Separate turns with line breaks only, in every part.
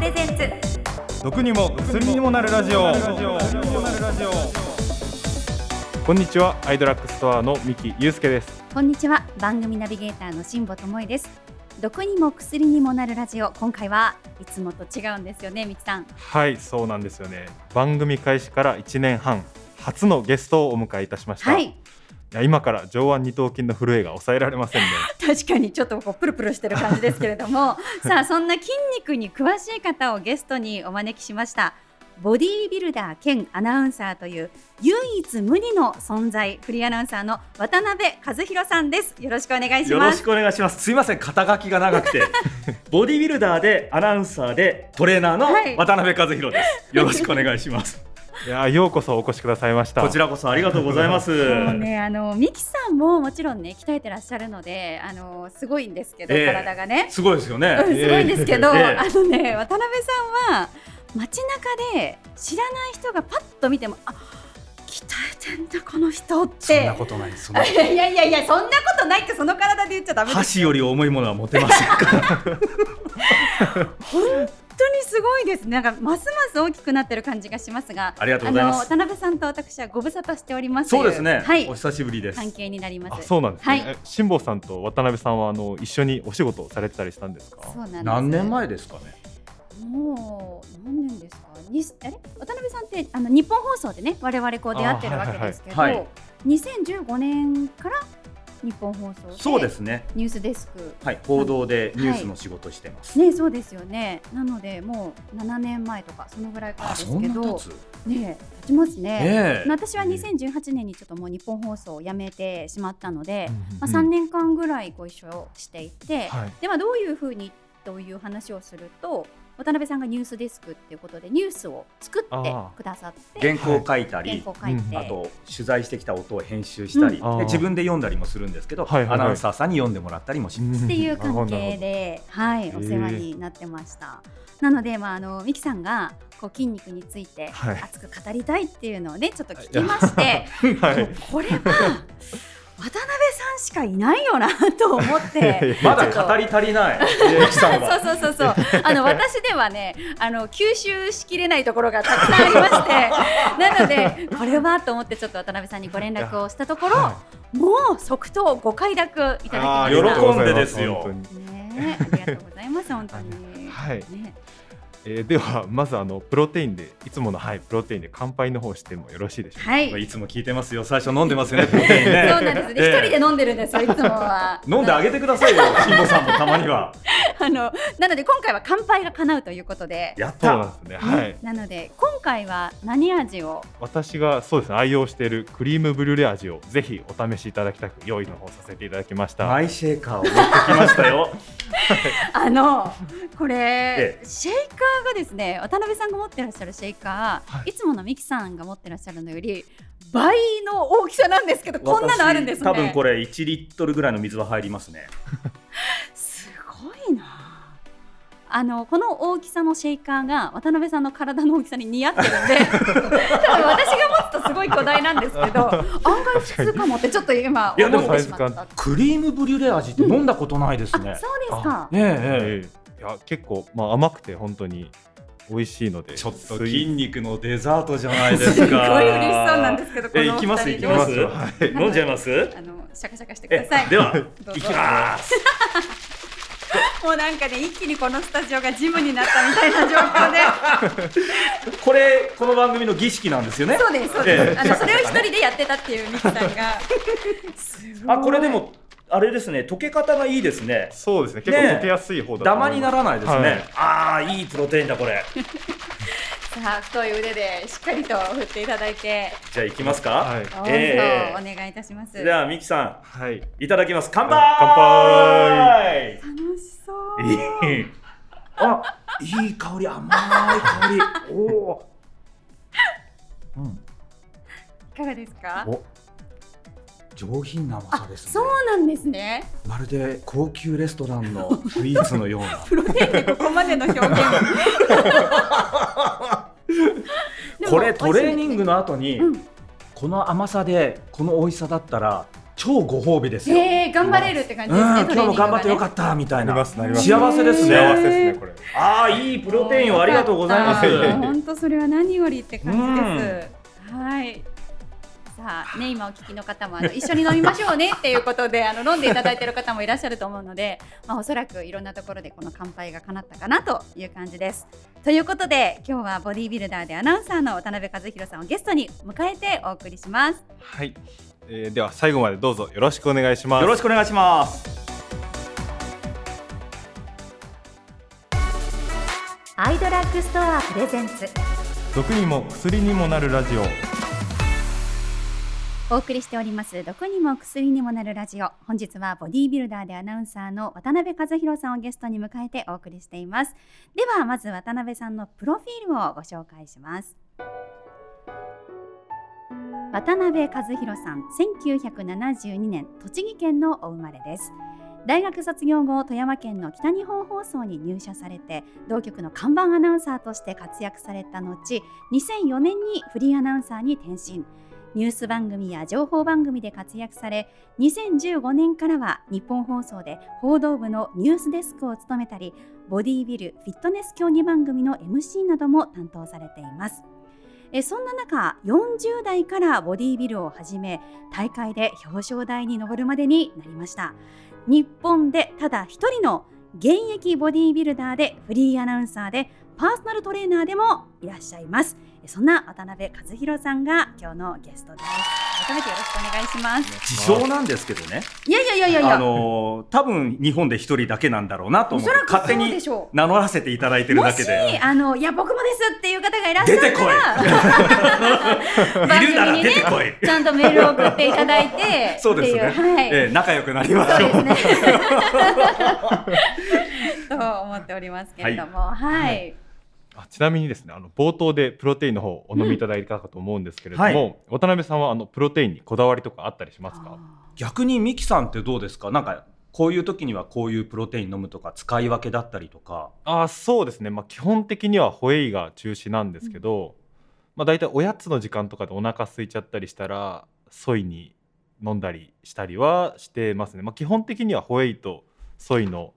レゼンツ
毒にも薬にもなるラジオこんにちはアイドラックストアの三木祐介です
こんにちは番組ナビゲーターの辛坊智恵です毒にも薬にもなるラジオ今回はいつもと違うんですよねみきさん
はいそうなんですよね番組開始から1年半初のゲストをお迎えいたしました、
はいい
や今から上腕二頭筋の震えが抑えられませ んね
確かにちょっとこうプルプルしてる感じですけれど もさあそんな筋肉に詳しい方をゲストにお招きしましたボディービルダー兼アナウンサーという唯一無二の存在フリーアナウンサーの渡辺和弘さんですよろしくお願いし
よろ
ま
し
す
くお願いします。すいません、肩書きが長 くて、ボディビルダーでアナウンサーでトレーナーの
はい
渡辺和弘です。よろしくお願い します。
いやようこそお越しくださいました
こちらこそありがとうございます。
もうねあのミキさんももちろんね鍛えてらっしゃるのであのすごいんですけど、
ええ
体がね
すごいですよね。
うんすごいんですけど、
ええ
あのね渡辺さんは街中で知らない人がパッと見てもあ鍛えてんだこの人っ
そん
て
なことないです。そん な
いやいやいやそんなことないってその体で言っちゃダメです
箸より重いものは持てま せんから。
本当にすごいですねなんかますます大きくなってる感じがしますが
ありがとうございます
あの渡辺さんと私はご無沙汰しておりますとい
そうですね。
はい
お久しぶりです。
関係になります
あそうなんですね
は
え
い
辛坊、さんと渡辺さんはあの一緒にお仕事をされてたりしたんですか
そうなんです
何年前ですかね。
もう何年ですかにあれ渡辺さんってあの日本放送でね我々こう出会ってる
あ
わ
はい
けですけど、
はいはいはい
2015年から日本放送で
そうですね。
ニュースデスク
はい、報道でニュースの仕事してます。
ねそうですよねなのでもう7年前とかそのぐらいから
あ、
です
そん
け
な
ど
経つ。
ねえ立ちますね
ええ
私は2018年にちょっともう日本放送を辞めてしまったので、
うん
まあ、3年間ぐらいご一緒していて、
はい
ではどういうふうにという話をすると渡辺さんがニュースデスクっていうことでニュースを作って
あー
くださって
原稿を書いた
原
り
稿。を書いて、
うん
あと取材してきた音を編集したり、
うん
あー
で自分で読んだりもするんですけど、
はいはいはい
アナウンサーさんに読んでもらったりもします。
っていう関
なるほどなる
係
ほど
で、はい、お世話になってました。なので、まあ、あの、ミキさんが、こう、筋肉について、
はい
熱く語りたいっていうのをね、ちょっと聞きまして。
は
もうこれは、渡辺さんしかいないよなと思 って。
まだ語り足りない、ゆきさんは。
そうそうそうそう。あの私ではね、あの吸収しきれないところがたくさんありま して、なのでこれはと思ってちょっと渡辺さんにご連絡をしたところ、もう即答ご快諾いただきま
あ
し
ー
た。
喜んでですよ
本当に
ねえ、ありがとうござい ます、本当に。
はい
ね
えーではまずあのプロテインでいつものはいプロテインで乾杯の方してもよろしいでしょうか。
はい。
いつも聞いてますよ、最初飲んでますよね、プロテインね
そうなんですね。一人
え
で飲んでるんですよ、いつもは。
え飲んであげてくださいよ、しんぼさんもたまには。
あの、なので今回は乾杯が叶うということで。
やっ
そうな
た
んですね。はい
ね。なので今回は何味を
私がそうですね愛用しているクリームブリュレ味をぜひお試しいただきたく用意の方させていただきました。
マイシェーカーを持ってきましたよ。
あ のこれ
え、
シェイカーがですね渡辺さんが持ってらっしゃるシェイカー、、
はい
つものミキさんが持ってらっしゃるのより倍の大きさなんですけどこんなのあるんですね
私多分これ1リットルぐらいの水は入りますね。
すごいなあのこの大きさのシェイカーが渡辺さんの体の大きさに似合ってるん で多分私が持つとすごい巨大なんですけど案外普通かもってちょっと今
いやで
思
も
ってしまった
サイズ感
あ
クリームブリュレ味って飲んだことないです
そうで
ね
す。か
ねえええ
えーいや結構まあ甘くて本当に美味しいので。
ちょっと
スイ
筋肉のデザートじゃないですか。
すごい嬉しそうなんですけどこの
え
お二人
行きます行きます。はい飲んじゃいます。
あのシャカシャカしてくだ
え
さい
では
どう
行
ぞ
きます。
もうなんかね一気にこのスタジオがジムになったみたいな状況で
これこの番組の儀式なんですよね。
そうですそうです、
ええ
あのそれを一人でやってたっていうミキさんがすごい
あこれでもあれですね溶け方がいいですね
そうですね結構
ねえ
溶けやすい方だと
ダ
思いま
マ
す。
にならないですね、
はい
ああいいプロテインだこれ
さあ太い腕でしっかりと振っていただいて
じゃあいきますか、
はい
どうぞ
え
お
え
願いいたします、
ではミキさ
はい。
んいただきます乾杯
乾
楽しそう
いいあいい香り甘い香りおおー、うん、
いかがですか
お上品な甘さですね
そうなんですね
まるで高級レストランのスイーツのような
プロテインでここまでの表現でも
これトレーニングの後に、
美味しいですね
この甘さでこの美味しさだったら超ご褒美ですよ。
へえ頑張れるって感じ
うん、
ですね、トレーニ
今日も
ングが
頑
ね
張ってよかったみた
な
い
り
な。
ますなります
幸せですね
幸せですねこれ
ああ、いいプロテインをありがとうございます。
よかった
本当それは何よりって感じです。はい。さあね今お聞きの方もあの一緒に飲みましょうねっていうことであの飲んでいただいてる方もいらっしゃると思うので、まあおそらくいろんなところでこの乾杯が叶ったかなという感じです。ということで今日はボディービルダーでアナウンサーの渡辺和弘さんをゲストに迎えてお送りします。
はい、えーでは最後までどうぞよろしくお願いします
よろしくお願いします。
アイドラッグストアプレゼンツ
毒にも薬にもなるラジオ
お送りしております毒にも薬にもなるラジオ本日はボディービルダーでアナウンサーの渡辺和弘さんをゲストに迎えてお送りしていますではまず渡辺さんのプロフィールをご紹介します渡辺和弘さん1972年栃木県のお生まれです大学卒業後富山県の北日本放送に入社されて同局の看板アナウンサーとして活躍された後2004年にフリーアナウンサーに転身ニュース番組や情報番組で活躍され2015年からは日本放送で報道部のニュースデスクを務めたりボディービルフィットネス競技番組の MC なども担当されていますえそんな中40代からボディービルを始め大会で表彰台に上るまでになりました日本でただ一人の現役ボディービルダーでフリーアナウンサーでパーソナルトレーナーでもいらっしゃいますそんな渡辺和弘さんが今日のゲストです。改めてよろしくお願いします。
自称なんですけどね。
いやいやいやいやいや、
あのー多分日本で一人だけなんだろうなと
お
思っ
そ
て
らく
勝手
そうで
に
しょう。
名乗らせていただいてる
も
だ
し
けで。
あのいや僕もですっていう方がいらっしゃったら、
いるなら
番組に
出て
ね
こい。
ちゃんとメールを送っていただいて、
そうですね
っていうはい。
えー仲良くなりまし
そ
ょ
う
う。
ですね。と思っておりますけれども、はい。
あちなみにですねあの冒頭でプロテインの方をお飲みいただいたかと思うんですけれども、
うんは
渡辺さんはあのプロテインにこだわりとかあったりしますか
あ
逆にミキさんってどうですかなんかこういう時にはこういうプロテイン飲むとか使い分けだったりとか
あそうですね、まあ、基本的にはホエイが中止なんですけど、まあ、大体おやつの時間とかでお腹空いちゃったりしたらソイに飲んだりしたりはしてますね、まあ、基本的にはホエイとソイの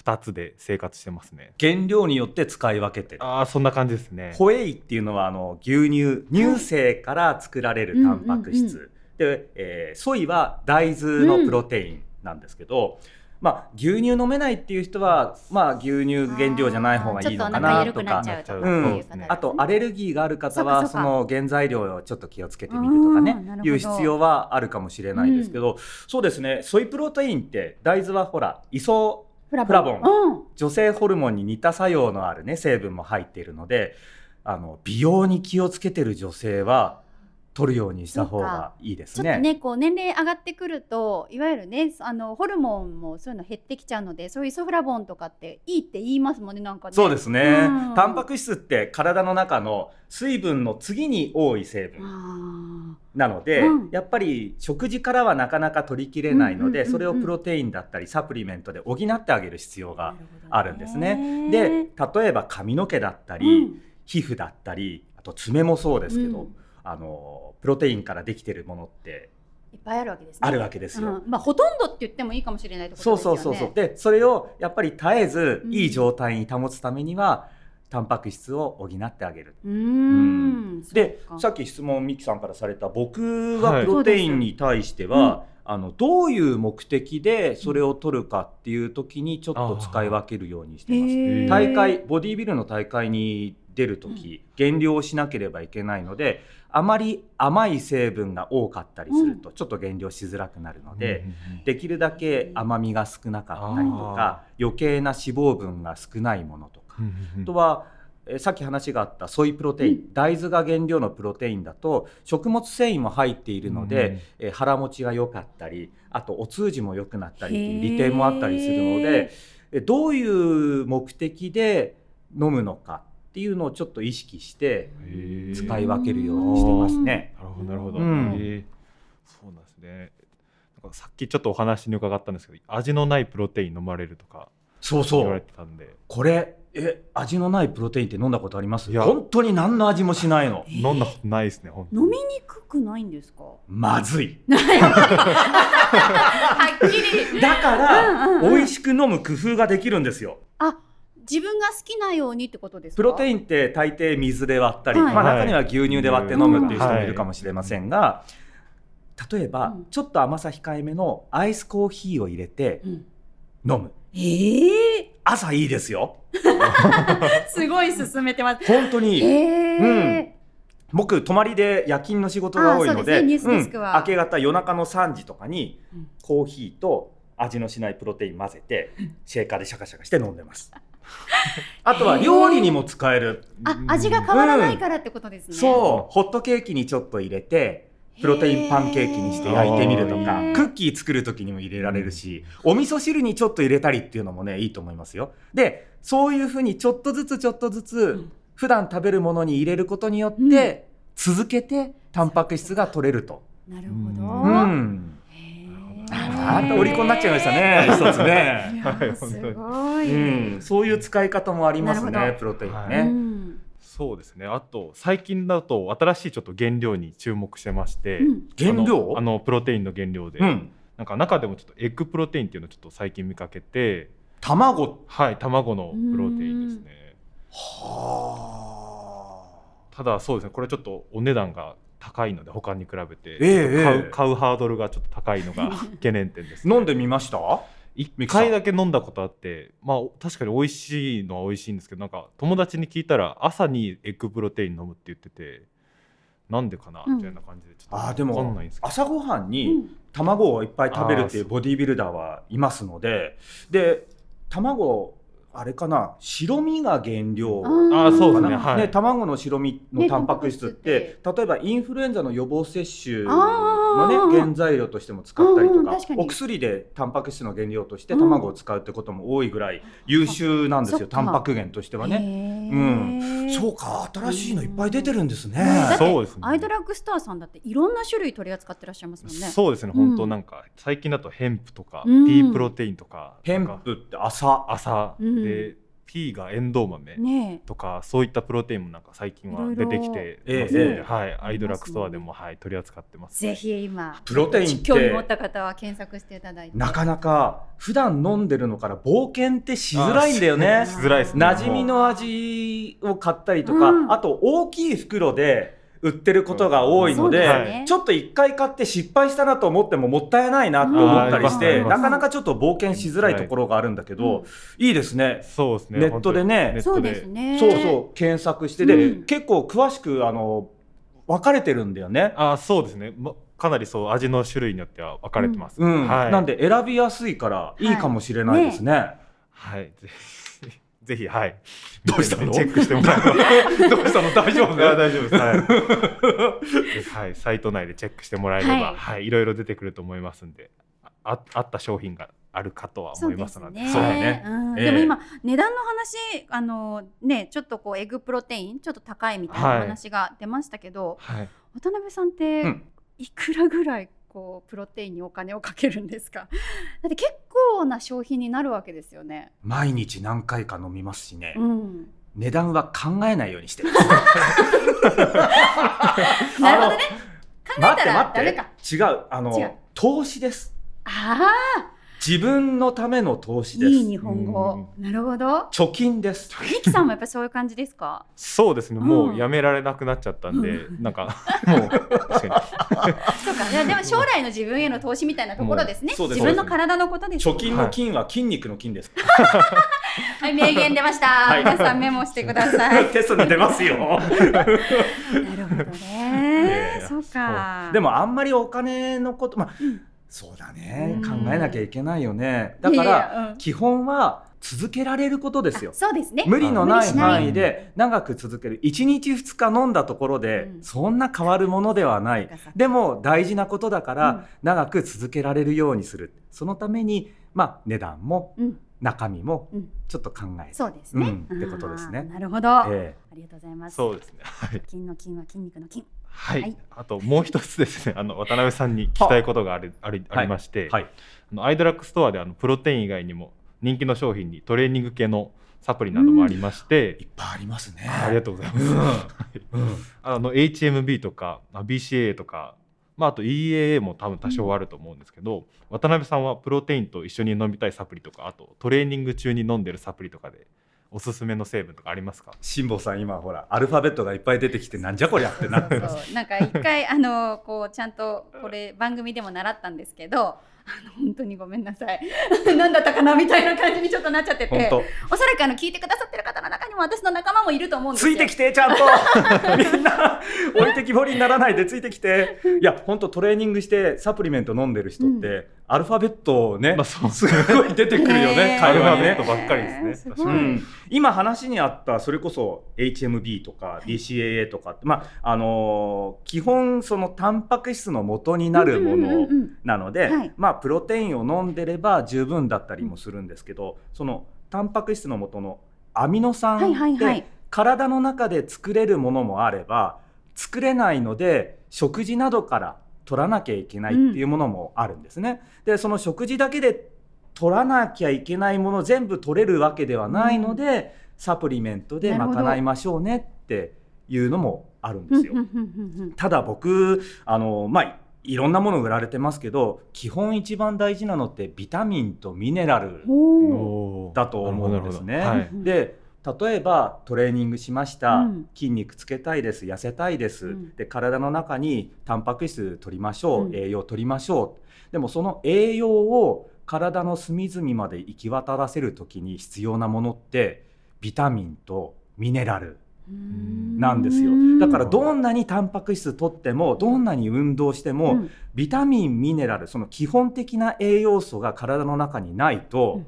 2つで生活してますね
原料によって使い分けてる
あーそんな感じですね
ホエイっていうのはあの牛乳乳製から作られるタンパク質、
うん
で、えーソイは大豆のプロテインなんですけど、まあ、牛乳飲めないっていう人は、まあ、牛乳
ー
原料じゃない方がいいのかな
ちょっとお腹緩く
と
な
か
っちゃうとかって
うん
いう方ですね
あとアレルギーがある方
そ
は
うかそ
そう
か
の原材料をちょっと気をつけてみるとか
あーなるほ
ね
ど
いう必要はあるかもしれないですけど、そうですねソイプロテインって大豆はほらイソ
フラ
フラボン
うん。
女性ホルモンに似た作用のあるね成分も入っているのであの美容に気をつけてる女性は取るようにした方がいいで
ち
す
ょっと
ね。
ね、こう年齢上がってくると、いわゆるね、あのホルモンもそういうの減ってきちゃうので、そういうイソフラボンとかっていいって言いますもんね、なんかね。
そうですね、
うん
タンパク質って体の中の水分の次に多い成分
あ
なので、
うん
やっぱり食事からはなかなか取りきれない
う
ので、
んうんうんうん
それをプロテインだったりサプリメントで補ってあげる必要
ーな
が
るほどね
あるんですね。で例えば髪の毛だったり、
うん
皮膚だったりあと爪もそうですけど、
うん
あのプロテインからできてるものって
いっぱいあるわけですね。
あるわけですよ。
うんまあ、ほとんどって言ってもいいかもしれないってこと
そう
ですよ
そう
ね。
そうそう。でそれをやっぱり絶えず
うん
いい状態に保つためには、タンパク質を補ってあげる。
うーん。
で
そっ
さ
か
っき質問ミキさんからされた僕
は
はいプロテインに対しては、あのどういう目的でそれを取るかっていう時にちょっと使い分けるようにしてます。
へー
大会ボディービルの大会に出る時減量をしなければいけないのであまり甘い成分が多かったりするとちょっと減量しづらくなるので、できるだけ甘みが少なかったりとか余計な脂肪分が少ないものとか、
うん
あとはえーさっき話があったソイプロテイン、大豆が原料のプロテインだと食物繊維も入っているので、、えー腹持ちが良かったりあとお通じも良くなったりっていう利点もあったりするのでえーどういう目的で飲むのかっていうのをちょっと意識して
うんうんうん
使い分けるようにしてますね。
なるほどなるほど、
うん
へえそうなんですねなんかさっきちょっとお話に伺ったんですけど味のないプロテイン飲まれるとか
そう
言
そ
われ
う
てたんで
これえ味のないプロテインって飲んだことあります
いや
本当に何の味もしないの
え
飲んだことないですね本当
飲みにくくないんですか
まずい
はっきり
だから、
うんうんうん
美味しく飲む工夫ができるんですよ
あ自分が好きなようにってことですか
プロテ
ン
インって大抵水で割ったり、
はい
まあ、
はい
中には牛乳で割って飲むっていう人もいるかもしれませんが、例えば、
うん
ちょっと甘さ控えめのアイスコーヒーを入れて
うん
飲む
ええ
朝いいですよ
すごい進めてます
本当にいい、
ええ
僕泊まりで夜勤の仕事が多いの
あそ
で
うですねニュースデスク
うん
は
明け方夜中の3時とかに
うん
コーヒーと味のしないプロテイン混ぜてシェーカーでシャカシャカして飲んでます。あとは料理にも使える、
あ味が変わらないからってことですね、
そうホットケーキにちょっと入れて
へー
プロテインパンケーキにして焼いてみるとか
へー
クッキー作る時にも入れられるしお味噌汁にちょっと入れたりっていうのもねいいと思いますよ。でそういうふうにちょっとずつちょっとずつ
ん
普段食べるものに入れることによって、
うん
続けてタンパク質が取れると。
なるほ
う
ど、
ん、
へ
あんたお利口になっちゃいましたね、一つ
い
ね、
やー
本
す
当に
ご
う
い、
ん。そういう使い方もあります
なる
ね
ほど
プロテインね。
は
うん
そうですねあと最近だと新しいちょっと原料に注目してまして、
うん
あの
原料
あのプロテインの原料で、
うん、
なんか中でもちょっとエッグプロテインっていうのをちょっと最近見かけて
卵
はい卵のプロテインですね
はあ
ただそうですねこれちょっとお値段が高いので他に比べて、
ええ
ちょっと買う
ええ
買うハードルがちょっと高いの が懸念点です、
飲んでみました
1回だけ飲んだことあってまあ確かに美味しいのは美味しいんですけどなんか友達に聞いたら朝にエッグプロテイン飲むって言っててなんでかな
うん
みたいな感じでちょ
あ
っ
ーで
と分かん
も
ないんですけど、
朝ごはん
う
に
ん
卵をいっぱい食べるっていう
あーそう
ボディービルダーはいますのでで卵あれかな白身が原料
あーそうです
かな
ね
ね
はい
卵の白身の
ね
タンパク質って、例えばインフルエンザの予防接種の
あ
ね
ー
原材料としても使ったりと
うんうん
か
確かに
お薬でタンパク質の原料として
うん
卵を使うってことも多いぐらい優秀なんです
そ
よ
っか
タンパク源としてはね。
へ
う
ー
そうか新しいのいっぱい出てるんですね。
だって
そうですね
アイドラッグスターさんだっていろんな種類取り扱ってらっしゃいますもんね。
そうですね、
うん
本当なんか最近だとヘンプとか、
うん
ピープロテインとか
ヘン
なんか
プって朝
朝で、
うん
P がエンドウ豆
ね
とか、そういったプロテインもなんか最近は
ろ
い出
いろ
てきて
ええ
ますので
ええ
はい、アイドラッグストアでも、はい、取り扱ってま
え、
す
ぜひ今
プロテインって
興味持った方は検索していただいて。
なかなか普段飲んでるのから冒険ってしづらいんだよね
あ。しづらいですね
馴染みの味を買ったりとか、
うん
あと大きい袋で売ってることが多いので、
そうです
ね
ちょっと一回買って失敗したなと思ってももったいないなと思ったりして、
うん
なかなかちょっと冒険しづらいところがあるんだけど、いいですね。
そうですね
ネットでね
本
そ
当
う
にネ
で
ッ
す
ト
ね。
そうそう検索してで、
うん
結構詳しくあの分かれてるんだよね。
あそうですね、ま、かなりそう味の種類によっては分かれてます、
うん、
はい、
なんで選びやすいからいいかもしれないですね。
はい、ぜひ ぜひはい
どうしたの
チェックしてもらえば
どうしたの大丈夫
いや大丈夫です はい、はい、サイト内でチェックしてもらえれば、
は
はいい、い、ろいろ出てくると思いますんで、ああった商品があるかとは
そう
思い
で
ますす
ね
の。で、
で
そうだね
ん
ええ
でも今値段の話あのねちょっとこうエッグプロテインちょっと高いみたいな
はい
話が出ましたけど、
はい、
渡辺さんって、
うん
いくらぐらいこうプロテインにお金をかけるんですか。 だって結構な消費になるわけですよね。
毎日何回か飲みますしね、
うん。
値段は考えないよう にしてる
なるほどね。考
待
えたらダメか
違うあの
違う
投資です
あ
自分のための投
あ、
資です
いい日本語。なるほど。
貯金です
ミキさんもやっぱりそういう感じですか。
そうですね、も
うん
うやめられなくなっちゃったんで、
う
なんかもう確か
そうか。いやでも将来の自分への投資みたいなところですね。
うんそうです
自分の体のことです、ね。
貯金の金は筋肉の筋です、
はい、名言出ました。
はい
皆さんメモしてください。
テストに出ますよ
なるほど
やい
ね。
や
そうか。
でもあんまりお金のことまあ、そうだね考えなきゃいけないよねだか
いやい
ら
や、うん
基本は続けられることですよ
あそうですね。
無理のな
無
い範
理しない
囲で長く続ける1日2日飲んだところで
うん
そんな変わるものではな
そう
い
かそうか
でも大事なことだか
うん
ら長く続けられるようにするそのためにまあ値段も
うん、
中身も
うん
ちょっと考えて
そうですね。
うんってことですね
あーなるほど。あ
え
りがとうございま
に
す。
そうですね、はい、
筋の筋は筋肉の筋。
はい
はい
あともう一つですねあの渡辺さんに聞きたいことがありありありまして、
えはい
あのアイドラックストアであのプロテイン以外にも人気の商品にトレーニング系のサプリなどもありまして、
いっぱいありますね。
ありがとうございます、
うん
あの HMB とかあ BCA とか、まあ、あと EAA も多分多少はあると思うんですけど、渡辺さんはプロテインと一緒に飲みたいサプリとかあとトレーニング中に飲んでるサプリとかでおすすめの成分とかありますか
辛坊さん今ほらアルファベットがいっぱい出てきてなんじゃこりゃって なってます。
そうなんか一回あのこうちゃんとこれ番組でも習ったんですけどあの本当にごめんなさい 何だったかなみたいな感じにちょっとなっちゃって
本
て
当
おそらくあの聞いてくださってる方の中にも私の仲間もいると思うんです
つ
よ
いてきてちゃん とみんな置いてきぼりにならないでついてきていや本当トレーニングしてサプリメント飲んでる人って、
う
アルファベットをね、
まあそう
すごい出てくるよね
ね
会話
アルファベ
ね
ット。ばっかりですね
えーすごい
確
う
か
ん、今話にあったそれこそ HMB とか BCAA とかって、まああのー基本そのタンパク質の元になるも
うん
の
うんうん
なので、
はい
まあ、プロテインを飲んでれば十分だったりもするんですけどそのタンパク質の元のアミノ酸って、
はいはいはい
体の中で作れるものもあれば作れないので食事などから取らなきゃいけないっていうものもあるんですね。でその食事だけで取らなきゃいけないもの全部取れるわけではないので、サプリメントで
なるほど
賄いましょうねっていうのもあるんですよ。
うんうんうんうん
ただ僕あのまあいろんなもの売られてますけど基本一番大事なのってビタミンとミネラル
おー
だと思うんですね。
なるほどなる
うん
で例えばトレーニングしました、
うん
筋肉つけたいです痩せたいです、
うん
で体の中にタンパク質取りましょう、
うん
栄養取りましょうでもその栄養を体の隅々まで行き渡らせる時に必要なものってビタミンとミネラルなんですよだからどんなにタンパク質取ってもどんなに運動しても、
うん
ビタミンミネラルその基本的な栄養素が体の中にないと、
うん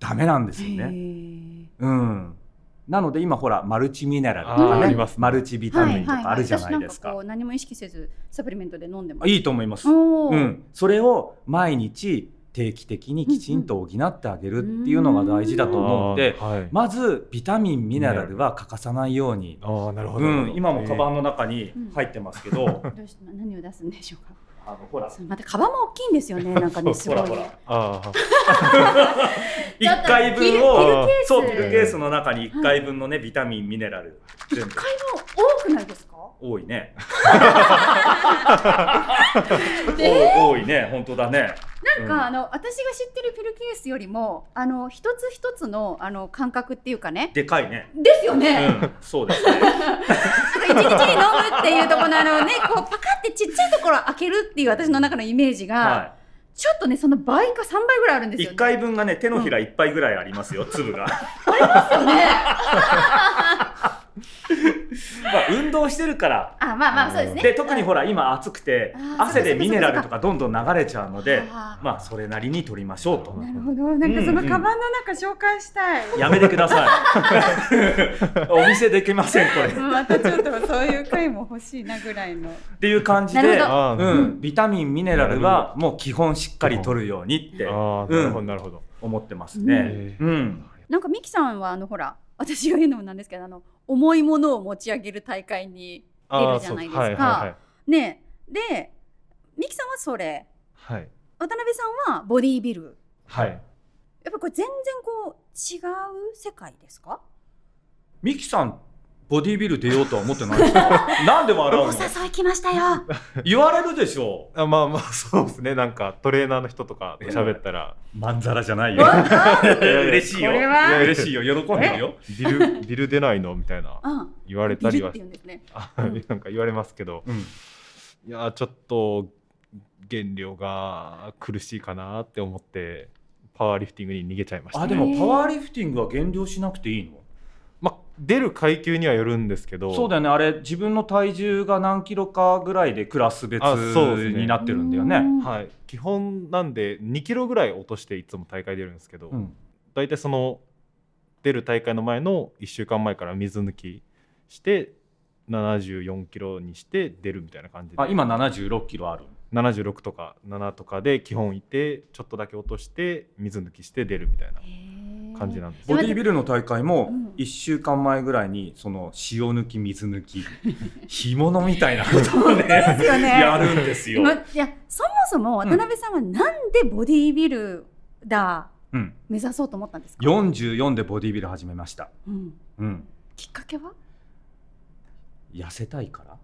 ダメなんですよ
へ
ね。
ー
うん、なので今ほらマルチミネラルと
あ
か
ー
ね
あ
りますね
マルチビタミンとかあるじゃないです
は
か。
は私なんかこう何も意識せずサプリメントで飲んでま
あ
す。
いいと思います。
おー
うん、それを毎日定期的にきちんと補ってあげるっていうのが大事だと思うので、
あーはい
まずビタミンミネラルは欠かさないように。
あーなるほど、
うん、今もカバ
ン
ンの中に入ってますけど、
どうして何を出すんでしょうか。
あのほら
そのまたカバンも大きいんですよ ね。なんかねす
ほ
ごい。
らほら
あー
一回
ピル
分を
ピルケース
そうピルケースの中に一回分のねビタミンミネ ラル全部
買い物多くないですか？
多いね
え
お多いね本当だね
なんか、あの私が知ってるピルケースよりもあの一つ一つのあの感覚っていうかね。
でかいね
ですよ
う
ね。
んそうですね
なんか一日に飲むっていうところのあのねこうパカってちっちゃいところ開けるっていう私の中のイメージが、
は
ちょっとねその倍か三倍ぐらいあるんです
い
よ、
一
ね。
回分がね手のひら一杯ぐらいありますよ粒が
ですよね。
まあ運動してるから
あまあまあそうですね。
で特にほら今暑くて
あー
汗でミネラルとかどんどん流れちゃうので
あー
まあそれなりに取りましょうと
なるほど。なんかそのカバンの中紹介したい。
やめてくださいお見せできませんこれ
うんまたちょっとそういう回も欲しいなぐらいの。
っていう感じで、
なる
ほど
うん、ビタミンミネラルはもう基本しっかり取るようにって
あー
う
な
ん
るほどなるほど、
思ってます
うん
ね。うん、
なんかミキさんはあのほら私が言うのもなんですけどあの重いものを持ち上げる大会に出るじゃないですか
あーそうはいはい
ねでミキさんはそれ
はいはい
渡辺さんはボディービル
はい
やっぱこれ全然こう違う世界ですか
ミキさんボディービル出ようとは思ってないですかなんで笑う
お
の
誘い来ましたよ
言われるでしょ
あまあ まあそうですねなんかトレーナーの人とかと喋ったら
うまんざらじゃないよ
あ
嬉しいよ
これはい
や嬉しいよ喜んでるよ
ビルビル出ないのみたいな
うん
言われた
ビ
り
ルっ
は
て言うんですね
あ
うん
なんか言われますけど
うん
いやーちょっと減量が苦しいかなって思ってパワーリフティングに逃げちゃいました
あでもパワーリフティングは減量しなくていいの
まあ出る階級にはよるんですけど
そうだよねあれ自分の体重が何キロかぐらいでクラス別
あそうですね
になってるんだよね。
はい、基本なんで2キロぐらい落としていつも大会出るんですけど、
うん
大体その出る大会の前の1週間前から水抜きして74キロにして出るみたいな感じで
あ今76キロある
76とか7とかで基本いてちょっとだけ落として水抜きして出るみたいな感じなんです
え
ボディビルの大会も
うん
1週間前ぐらいにその塩抜き水 抜き干物みたいなことをね
ですよね
やるんですよ。
今いやそもそも渡辺さんはなんでボディービルダ
うん、
目指そうと思ったんですか、
44でボディビル始めました、
うん、
うん、
きっかけは
痩せたいから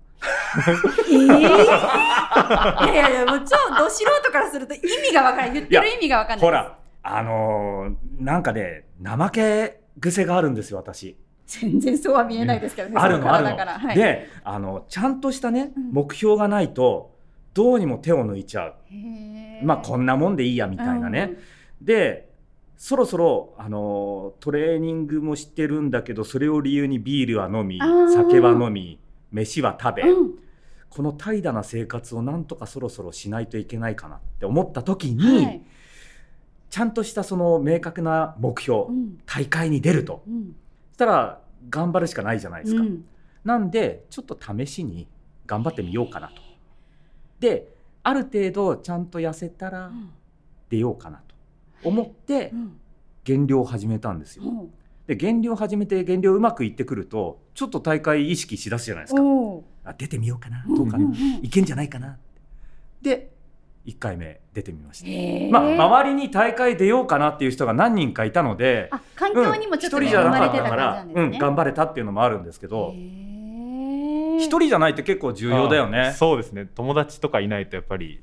えー、い やいやいやもう超ど素人からすると意味がわからない言ってる意味がわからない
ほらあのーなんかね怠け癖があるんですよ私
全然そうは見えないですけどね、
ある
そ
のある
体
の、
からはい、へ
であのちゃんとしたね
うん
目標がないとどうにも手を抜いちゃう、
ー
まあこんなもんでいいやみたいなね、でそろそろあのトレーニングもしてるんだけどそれを理由にビールは飲み
あー
酒は飲み飯は食べ、
うんうん
この怠惰な生活をなんとかそろそろしないといけないかなって思った時
は
に、
い
ちゃんとしたその明確な目標、
うん
大会に出ると
うん
そしたら頑張るしかないじゃないですか、
うん
なんでちょっと試しに頑張ってみようかなとである程度ちゃんと痩せたら出ようかなと思って
うん
減量を始めたんですよ、
うん
で減量始めて減量うまくいってくるとちょっと大会意識しだすじゃないですか
おー
あ出てみようかな
うん
どうかな、
んん
いけんじゃないかなで1回目出てみました、
へー
まあ周りに大会出ようかなっていう人が何人かいたので
あ環
うん
境にもちょっと
一人
ね
じゃ
生ま
な
れ
かってた
た
か
感
ら、
じなん
うん
ですね。
頑張れたっていうのもあるんですけど一
一
人じゃないって結構重要だよ
あー
ね。
そうですね友達とかいないとやっぱり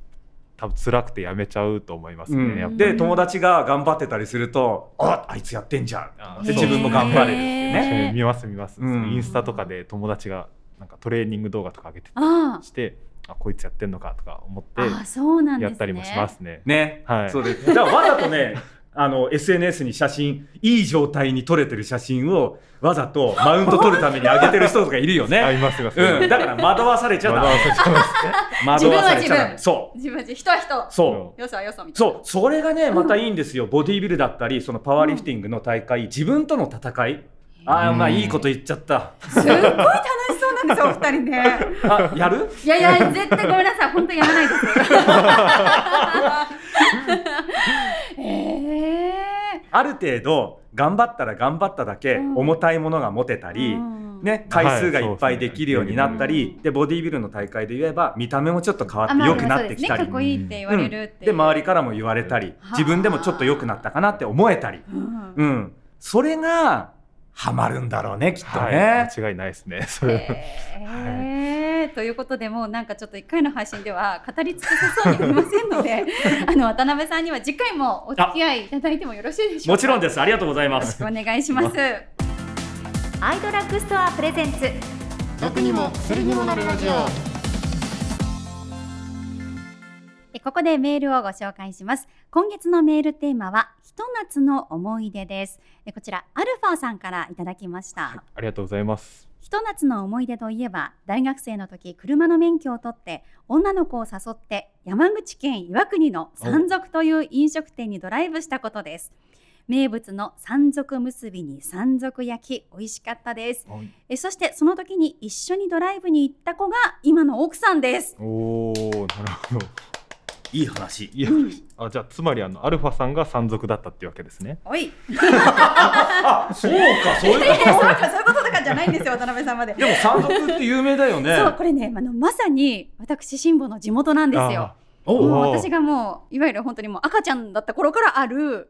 多分辛くてやめちゃうと思いますね、
うん
やっぱ
で友達が頑張ってたりすると「ああいつやってんじゃん」
あ
で
そう
自分も頑張れるっていうね。
えー見ます見ます、
うん
インスタとかで友達がなんかトレーニング動画とか上げてた
あ
りしてあこいつやってんのかとか思っ
あ、ああ
て
そうなんですね。
やったりもしますね
ね、
はい
そうです。だからわざとね、あの SNS に写真いい状態に撮れてる写真をわざとマウント取るために上げてる人とかいるよ
あい
ね。
ますいます、
うん、だから惑わされちゃダ
わざわざ
メ。
そうですね
惑わされち
自
ゃ
分は自
ダメ。
分
そ
自分たち人は人
う、、そう。
よそはよそみたいな。
そうそれがねまたいいんですよ、ボディービルだったりそのパワーリフティングの大会、自分との戦いああまあ
うん
いいこと言っちゃった
すっごい楽しそうなんですよ、お二人ね。
あやる
いやいや、絶対ごめんなさい、本当にやらないです。ええ
ある程度頑張ったら頑張っただけ
うん
重たいものが持てたり、
うん
ね、回数が
はい
いっぱいできるようになった
そう
り、
ですね
でボディービルの大会で言えば見た目もちょっと変わっ
あ
て
まあ
良くなってきた
そうですね
り、
かっこいいって言われるっていう
で周りからも言われたり
はあ
自分でもちょっと良くなったかなって思えたり、
うん
うん、それがハマるんだろうねきっと
はい、
ね。
間違いないですね それ
へーということでもうなんかちょっと1回の配信では語り尽くせそうにありませんのであの渡辺さんには次回もお付き合いいただいてもよろしいでしょうか
もちろん
よ
ですありがとうございま
ろし
す
くお願いしますアイドラッグストアプレゼンツ
毒にも薬にもなるラジオ
えここでメールをご紹介します今月のメールテーマはひと夏の思い出ですえこちらアルファさんからいただきました、
ありがとうございます
ひと夏の思い出といえば大学生の時車の免許を取って女の子を誘って山口県岩国の山賊という飲食店にドライブしたことです名物の山賊結びに山賊焼き美味しかったですえそしてその時に一緒にドライブに行った子が今の奥さんです
おおなるほど
いい話
いやあじゃあつまりあのアルファさんが山賊だったっていうわけですね
おい
あそうかそう
いや
いう
いやそうかそういうこととかじゃないんですよ渡辺さんまで
でも山賊って有名だよね
そうこれねあのまさに私辛坊の地元なんですよ
あ
お
もう
おー
私がもういわゆる本当にもう赤ちゃんだった頃からある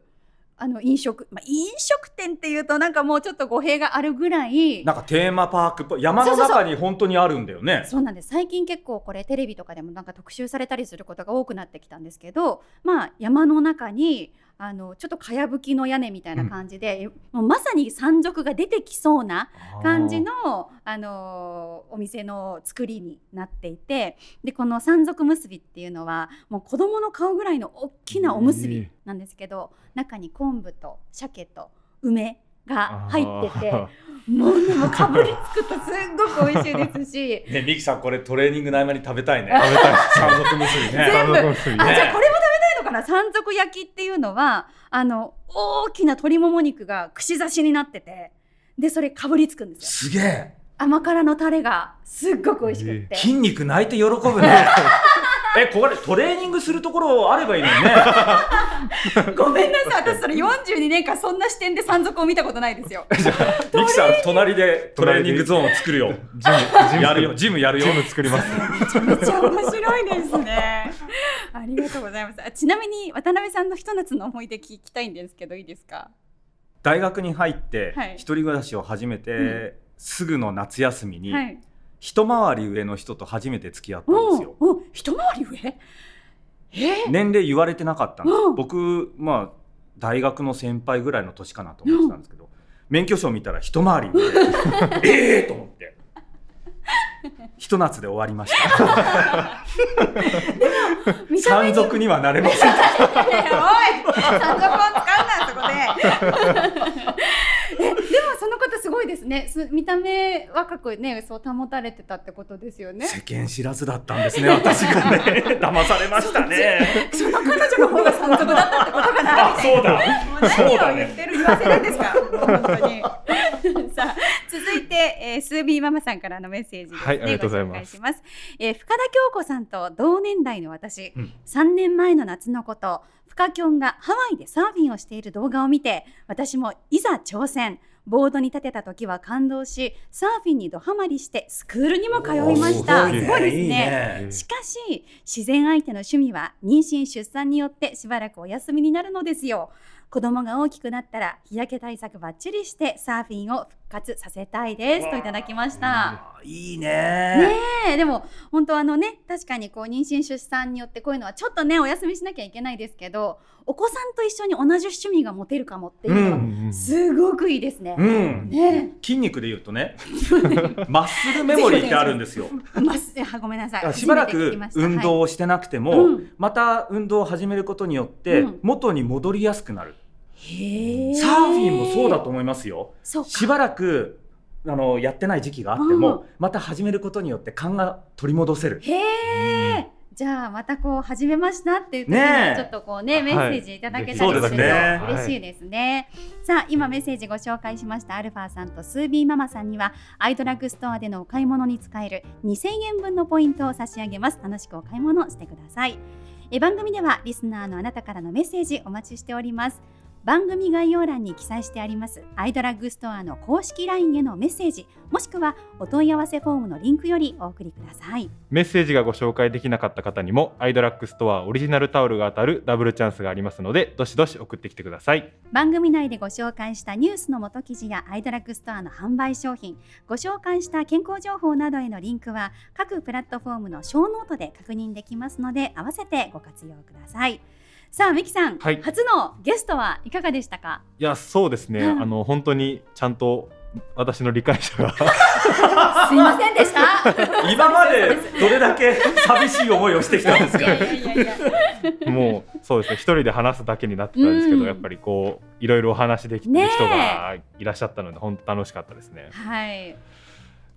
あの飲食、まあ、飲食店っていうとなんかもうちょっと語弊があるぐらい
なんかテーマパークっぽい山の中に本当にあるんだよね
そうなんです最近結構これテレビとかでもなんか特集されたりすることが多くなってきたんですけどまあ山の中にあのちょっとかやぶきの屋根みたいな感じで、もうまさに山賊が出てきそうな感じの、あのーお店の作りになっていてでこの山賊結びっていうのはもう子供の顔ぐらいの大きなおむすびなんですけど、中に昆布と鮭と梅が入って て
あ
もうでもかぶりつくとすっごく美味しいですし
ねミキさんこれトレーニングの合間に食べたいね
ー食べたい
山賊結びね
全部
山賊 結び
あじ
ね
ゃあこれも食べたいのかな山賊焼きっていうのはあの大きな鶏もも肉が串刺しになっててでそれかぶりつくんですよ
すげえ
甘辛のタレがすっごく美味しくって。
筋肉泣いて喜ぶねえこれトレーニングするところあればいいのにね
ごめんなさい、私それ42年間そんな視点で山賊を見たことないですよ。
ミキさん隣でトレーニングゾーンを作るよ
ジムジム
やるよジムやるよ
ジム作ります
めっちゃ面白いですね。 ありがとうございます。あちなみに渡辺さんのひと夏の思い出聞きたいんですけどいいですか。
大学に入って
はい
一人暮らしを始めて、
うん
すぐの夏休みに、
はい。
一回り上の人と初めて付き合ったんで
お
すよ
うおう一回り上。え
年齢言われてなかったんです
うん
僕まあ大学の先輩ぐらいの年かなと思ってたんですけど、免許証見たら一回り上 でええと思ってひと夏で終わりました
ー、見た目
山
に。い
賊にはなれません
やいやおい、山賊を使うなそこ で。えでもその方すごいですね。す見た目若くね、そう保たれてたってことですよね。
世間知らずだったんですね私がね 騙されましたね
その彼女の方が山賊だったってことかなみ
あ
たいな。
そうだ
もう何を言ってる、言わせるんですか。本当に。 さあ、続いて、えー、スービーママさんからのメッセージです、ね。
はいありがとうございます
ご紹介します。えー、深田恭子さんと同年代の私、
うん
三3年前の夏のこと、深きょんがハワイでサーフィンをしている動画を見て、私もいざ挑戦。ボードに立てた時は感動し、サーフィンにドハマりしてスクールにも通いました。
おー
す
す
ご
ご
い
い
ですね。
ね
しかし自然相手の趣味は妊娠出産によってしばらくお休みになるのですよ子供が大きくなったら日焼け対策ばっちりしてサーフィンを復活させたいですといただきました、
あいいね
ねえでも本当あのね確かにこう妊娠出産によってこういうのはちょっとねお休みしなきゃいけないですけどお子さんと一緒に同じ趣味が持てるかもっていうの
う
は
ん
すごくいいですね、
うん
ね
筋肉で言うとね マッスルメモリーってあるんですよ
え、まあす、 あごめんなさい
しばら
初めて聞
く
きました
運
はい
動をしてなくても、
うん
また運動を始めることによって
うん
元に戻りやすくなる、
へえ
サーフィンもそうだと思いますよ
そうか
しばらくあのやってない時期があっても、
う
また始めることによって勘が取り戻せる
へえ、じゃあまたこう始めましたっていう時
ね
に
え
ちょっとこうねメッセージいただけたりして、
はいそうですね
嬉しいですね、さあ今メッセージご紹介しましたアルファさんとスービーママさんにはアイドラッグストアでのお買い物に使える2000円分のポイントを差し上げます楽しくお買い物してくださいえ番組ではリスナーのあなたからのメッセージお待ちしております番組概要欄に記載してありますアイドラッグストアの公式 LINE へのメッセージもしくはお問い合わせフォームのリンクよりお送りください
メッセージがご紹介できなかった方にもアイドラックストアオリジナルタオルが当たるダブルチャンスがありますのでどしどし送ってきてください
番組内でご紹介したニュースの元記事やアイドラッグストアの販売商品ご紹介した健康情報などへのリンクは各プラットフォームのショーノートで確認できますので合わせてご活用くださいさあミキさん、
はい
初のゲストはいかがでしたか
いやそうですね、
うん
あの本当にちゃんと私の理解者 が
すいませんでした
今までどれだけ寂しい思いをしてきた んで す
い
か
やいやいやいや
もうそうですね一人で話すだけになってたんですけど、
うん
やっぱりこういろいろお話できて
ね
る
え
人がいらっしゃったので本当楽しかったですね
はい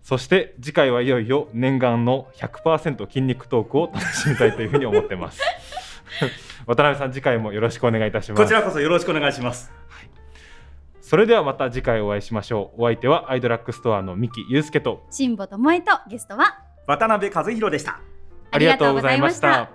そして次回はいよいよ念願の100%筋肉トークを楽しみたいというふうに思ってます 渡辺さん次回もよろしくお願いいたします
こちらこそよろしくお願いします
それではまた次回お会いしましょうお相手はアイドラッグストアの三木祐介と
辛坊智恵とゲストは
渡辺和弘でした
ありがとうございました